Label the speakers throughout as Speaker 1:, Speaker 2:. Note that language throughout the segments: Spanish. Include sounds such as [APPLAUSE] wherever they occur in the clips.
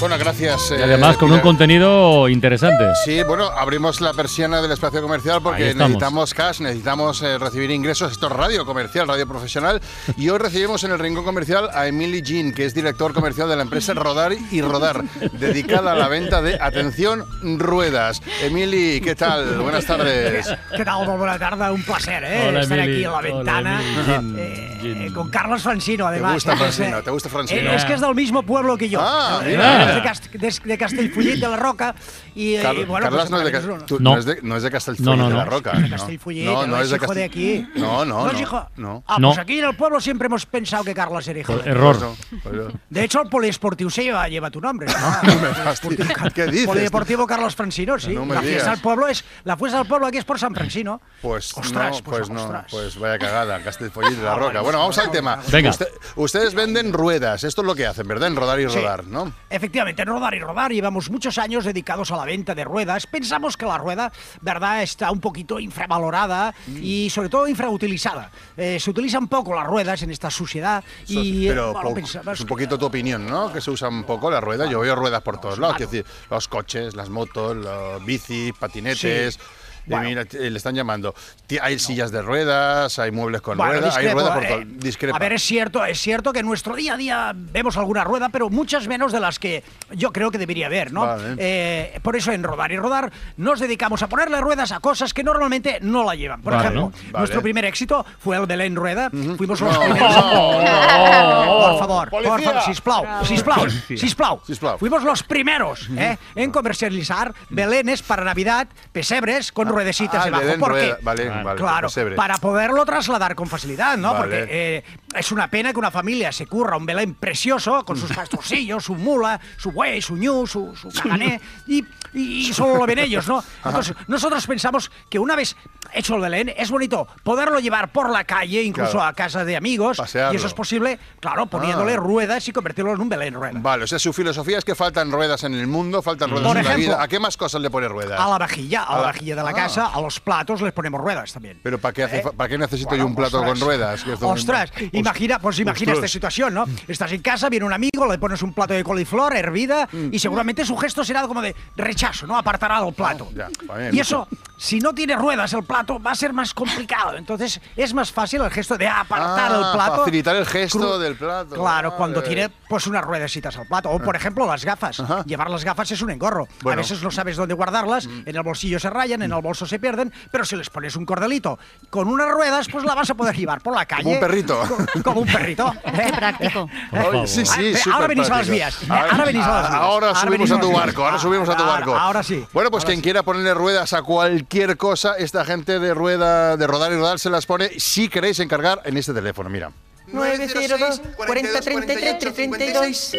Speaker 1: Bueno, gracias.
Speaker 2: Y además
Speaker 1: eh,
Speaker 2: con un
Speaker 1: Pilar.
Speaker 2: contenido interesante.
Speaker 1: Sí, bueno, abrimos la persiana del espacio comercial
Speaker 2: Ahí
Speaker 1: porque
Speaker 2: estamos.
Speaker 1: necesitamos cash, necesitamos eh, recibir ingresos. Esto es radio comercial, radio profesional. Y hoy recibimos en el rincón comercial a Emily Jean, que es director comercial de la empresa Rodar y Rodar, dedicada a la venta de, atención, ruedas. Emily, ¿qué tal? Buenas tardes.
Speaker 3: Què tal? Molt bona tarda, un placer, eh?
Speaker 2: Hola,
Speaker 3: Estar
Speaker 2: Emili.
Speaker 3: aquí a la
Speaker 2: Hola,
Speaker 3: ventana
Speaker 2: Emili. Gin,
Speaker 3: eh,
Speaker 2: gin.
Speaker 3: eh, con Carlos Francino, además.
Speaker 1: gusta
Speaker 3: eh, que es,
Speaker 1: Francino,
Speaker 3: eh,
Speaker 1: te gusta Francino.
Speaker 3: eh, es que es del mismo pueblo que yo.
Speaker 1: Ah,
Speaker 3: Eh,
Speaker 2: mira.
Speaker 3: es de, Cast- des- de Castellfollit de la Roca. Y, eh,
Speaker 1: Car-
Speaker 3: y bueno,
Speaker 1: Carlas
Speaker 3: pues,
Speaker 1: no es de,
Speaker 3: es
Speaker 1: Cas-
Speaker 3: uno-
Speaker 1: tú-
Speaker 2: No.
Speaker 1: no es de, no es de Castellfollit
Speaker 2: No, no,
Speaker 1: de la
Speaker 2: no.
Speaker 1: Roca.
Speaker 3: de Castellfollit,
Speaker 1: no, no es de
Speaker 3: hijo de
Speaker 1: Castell-
Speaker 3: aquí.
Speaker 1: No, no, no.
Speaker 3: es hijo?
Speaker 1: no.
Speaker 3: Ah,
Speaker 2: No.
Speaker 3: pues aquí en el pueblo siempre hemos pensado que Carlos era hijo.
Speaker 2: Por
Speaker 3: de-
Speaker 2: error.
Speaker 1: Pues no, pues no.
Speaker 3: De hecho, el poliesportivo se lleva, lleva tu nombre.
Speaker 1: [LAUGHS] No me fastidies. ¿Qué dices?
Speaker 3: Poliesportivo Carlos Francino, sí.
Speaker 1: No me
Speaker 3: la fiesta
Speaker 1: digas.
Speaker 3: del pueblo es, la fiesta del pueblo aquí es por San Francino.
Speaker 1: Pues
Speaker 3: Ostras,
Speaker 1: no, pues, no,
Speaker 3: ostras.
Speaker 1: pues vaya cagada, Castellfollit de la
Speaker 3: Ah,
Speaker 1: Roca.
Speaker 3: bueno,
Speaker 1: Bueno, vamos
Speaker 3: no,
Speaker 1: al
Speaker 3: no,
Speaker 1: tema.
Speaker 3: no.
Speaker 2: Venga.
Speaker 1: ustedes venden ruedas, esto es lo que hacen, ¿verdad? En rodar y
Speaker 3: Sí.
Speaker 1: rodar, ¿no?
Speaker 3: Efectivamente, en rodar y rodar llevamos muchos años dedicados a la venta de ruedas. Pensamos que la rueda, ¿verdad?, está un poquito infravalorada
Speaker 1: Mm.
Speaker 3: y sobre todo infrautilizada. Eh, se utilizan poco las ruedas en esta sociedad y eh,
Speaker 1: Pero
Speaker 3: bueno,
Speaker 1: poco-
Speaker 3: pensamos
Speaker 1: es un
Speaker 3: que-
Speaker 1: poquito tu opinión, ¿no? Que se usan poco las ruedas. Yo veo ruedas por todos lados, quiero decir, los coches, las motos, los bicis, patinetes.
Speaker 3: Sí.
Speaker 1: Y
Speaker 3: Bueno.
Speaker 1: mira, eh, le están llamando. Ti- Hay sillas de ruedas, hay muebles con
Speaker 3: Bueno,
Speaker 1: ruedas, hay
Speaker 3: discrepo,
Speaker 1: ruedas por
Speaker 3: eh.
Speaker 1: todo. Discrepa.
Speaker 3: A ver, es cierto, es cierto que en nuestro día a día vemos alguna rueda, pero muchas menos de las que yo creo que debería haber, ¿no?
Speaker 1: Vale.
Speaker 3: Eh, por eso en rodar y rodar nos dedicamos a ponerle ruedas a cosas que normalmente no la llevan. Por
Speaker 2: Vale,
Speaker 3: ejemplo,
Speaker 1: ¿no?
Speaker 3: nuestro
Speaker 1: Vale.
Speaker 3: primer éxito fue el Belén Rueda. Fuimos los
Speaker 1: No,
Speaker 3: primeros.
Speaker 1: no, no, no.
Speaker 3: por favor, por
Speaker 1: Policía.
Speaker 3: favor, sisplau, sisplau, sisplau.
Speaker 1: Sisplau.
Speaker 3: Fuimos los primeros eh, en comercializar belenes para Navidad, pesebres con ruedecitas
Speaker 1: Ah,
Speaker 3: debajo.
Speaker 1: Belén
Speaker 3: ¿Por qué?
Speaker 1: rueda. Vale, vale.
Speaker 3: Claro,
Speaker 1: pesebre.
Speaker 3: para poderlo trasladar con facilidad, ¿no?
Speaker 1: Vale.
Speaker 3: Porque eh, es una pena que una familia se curra un Belén precioso con
Speaker 1: [LAUGHS]
Speaker 3: sus pastorcillos, su mula, su buey, su ñu, su, su cagané, y, y solo lo ven ellos, ¿no? Entonces, nosotros pensamos que una vez hecho el Belén, es bonito poderlo llevar por la calle, incluso
Speaker 1: Claro.
Speaker 3: a casa de amigos, y
Speaker 1: Pasearlo.
Speaker 3: eso es posible, claro, poniéndole
Speaker 1: Ah.
Speaker 3: ruedas y convertirlo en un Belén rueda.
Speaker 1: Vale, o sea, su filosofía es que faltan ruedas en el mundo, faltan ruedas
Speaker 3: Mm. Por
Speaker 1: en la
Speaker 3: ejemplo,
Speaker 1: vida. ¿A qué más cosas le pone ruedas?
Speaker 3: A la vajilla, a
Speaker 1: A
Speaker 3: la
Speaker 1: la-
Speaker 3: vajilla de la
Speaker 1: Ah.
Speaker 3: casa, a los platos les ponemos ruedas también.
Speaker 1: Pero ¿para qué, hace
Speaker 3: Eh,
Speaker 1: fa- ¿para qué necesito
Speaker 3: Bueno,
Speaker 1: yo un plato
Speaker 3: ostras.
Speaker 1: con ruedas? Que es un-
Speaker 3: Ostras, imagina, pues imagina
Speaker 1: Ostras. Mm.
Speaker 3: esta situación, ¿no? Estás en casa, viene un amigo, le pones un plato de coliflor hervida
Speaker 1: Mm.
Speaker 3: y seguramente su gesto será como de rechazo, ¿no? Apartará el plato.
Speaker 1: Ah, Ya, para mí
Speaker 3: y
Speaker 1: mucho.
Speaker 3: eso, si no tiene ruedas el plato, va a ser más complicado. Entonces es más fácil el gesto de apartar
Speaker 1: Ah,
Speaker 3: el plato.
Speaker 1: facilitar el gesto
Speaker 3: Cru-
Speaker 1: del plato.
Speaker 3: Claro,
Speaker 1: Vale.
Speaker 3: cuando tiene pues unas ruedecitas al plato. O por ejemplo las gafas.
Speaker 1: Ah. Ajá.
Speaker 3: Llevar las gafas es un engorro.
Speaker 1: Bueno. Mm.
Speaker 3: A veces no sabes dónde guardarlas, en el bolsillo se rayan, en el bolso se pierden, pero si les pones un cordelito con unas ruedas, pues la vas a poder llevar por la calle.
Speaker 1: Como un perrito.
Speaker 3: Co- Como un perrito.
Speaker 4: [LAUGHS] Qué práctico.
Speaker 2: Por favor.
Speaker 1: sí,
Speaker 3: Ah,
Speaker 1: sí,
Speaker 3: ve,
Speaker 1: súper
Speaker 3: ahora venís a las
Speaker 1: práctico.
Speaker 3: vías, eh, ahora venís a las vías,
Speaker 1: Ahora
Speaker 3: ahora
Speaker 1: subimos
Speaker 3: venís
Speaker 1: a
Speaker 3: a
Speaker 1: tu
Speaker 3: las vías.
Speaker 1: barco, ahora subimos a tu
Speaker 3: Ahora-
Speaker 1: barco.
Speaker 3: ahora sí,
Speaker 1: Bueno, pues
Speaker 3: ahora
Speaker 1: quien
Speaker 3: sí.
Speaker 1: quiera ponerle ruedas a cualquier cosa, esta gente de rueda, de rodar y rodar se las pone si queréis encargar en este teléfono, mira.
Speaker 5: 902 40 33 32.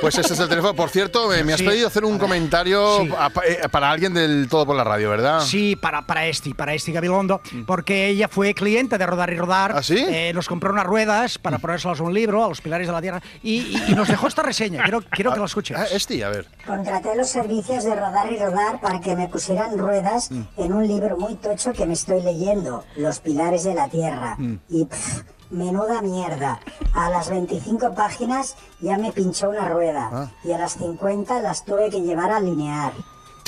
Speaker 1: Pues ese es el teléfono. Por cierto, eh, me has
Speaker 3: Sí.
Speaker 1: pedido hacer un comentario
Speaker 3: Sí.
Speaker 1: a- pa- eh, para alguien del Todo por la Radio, ¿verdad?
Speaker 3: Sí, para, para Esti, para Esti Gabilondo, porque ella fue cliente de Rodar y Rodar.
Speaker 1: Mm. ¿Ah, sí? Mm.
Speaker 3: Eh, nos compró unas ruedas para ponérselas a un libro, a los pilares de la tierra, y, y- y nos dejó esta reseña. Quiero, quiero que la escuches.
Speaker 1: Ah, este, a ver.
Speaker 6: Contraté los servicios de rodar y rodar para que me pusieran ruedas en un libro muy tocho que me estoy leyendo, Los Pilares de la Tierra. Y pff, menuda mierda. A las 25 páginas ya me pinchó una rueda y a las 50 las tuve que llevar a linear.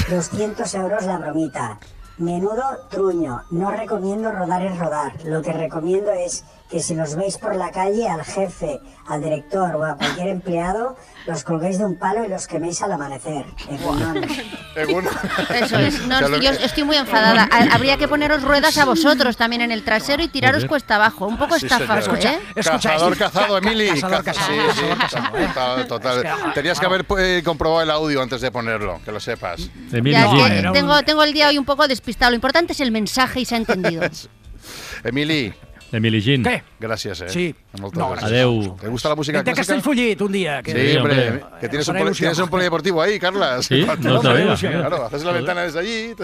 Speaker 6: 200 euros la bromita. Menudo truño. No recomiendo rodar es rodar. Lo que recomiendo es que si los veis por la calle al jefe, al director o a cualquier empleado, los colguéis de un palo y los queméis al amanecer. Egunon.
Speaker 1: [LAUGHS]
Speaker 4: Eso es. No,
Speaker 1: O sea, lo-
Speaker 4: yo estoy muy enfadada. Ha- Habría que poneros ruedas a vosotros también en el trasero y tiraros cuesta abajo. Un poco
Speaker 1: Sí,
Speaker 4: estafa,
Speaker 1: señor.
Speaker 4: ¿eh?
Speaker 3: Escucha,
Speaker 1: cazador,
Speaker 3: Esti.
Speaker 1: cazado,
Speaker 3: Ca- ca-
Speaker 1: Emily. Caza-
Speaker 3: cazador, cazado, [LAUGHS]
Speaker 1: sí,
Speaker 3: cazador,
Speaker 1: sí,
Speaker 3: cazado, ¿eh?
Speaker 1: total,
Speaker 3: Es que,
Speaker 1: total.
Speaker 3: ah,
Speaker 1: Tenías que haber eh, comprobado el audio antes de ponerlo, que lo sepas.
Speaker 2: Emily
Speaker 4: Ya, es
Speaker 2: Jean.
Speaker 4: que
Speaker 3: era un-
Speaker 4: tengo, tengo el día hoy un poco despistado. Lo importante es el mensaje y se
Speaker 1: [LAUGHS]
Speaker 4: ha entendido.
Speaker 1: Emily,
Speaker 2: Emily Jean.
Speaker 3: Què?
Speaker 1: gràcies, eh?
Speaker 3: Sí.
Speaker 1: Moltes
Speaker 3: No,
Speaker 1: gràcies.
Speaker 2: adeu.
Speaker 1: ¿Te gusta la música
Speaker 3: Vente a
Speaker 1: clásica?
Speaker 3: Castellfollit un día. Que...
Speaker 1: Sí,
Speaker 2: Sí,
Speaker 1: hombre,
Speaker 2: hombre.
Speaker 1: que tienes un,
Speaker 3: Faré
Speaker 1: poli- [LAUGHS]
Speaker 3: ilusión.
Speaker 1: tienes un polideportivo ahí, Carlas.
Speaker 2: Sí, no
Speaker 1: Claro,
Speaker 2: sabía.
Speaker 1: Claro, haces la ventana desde allí.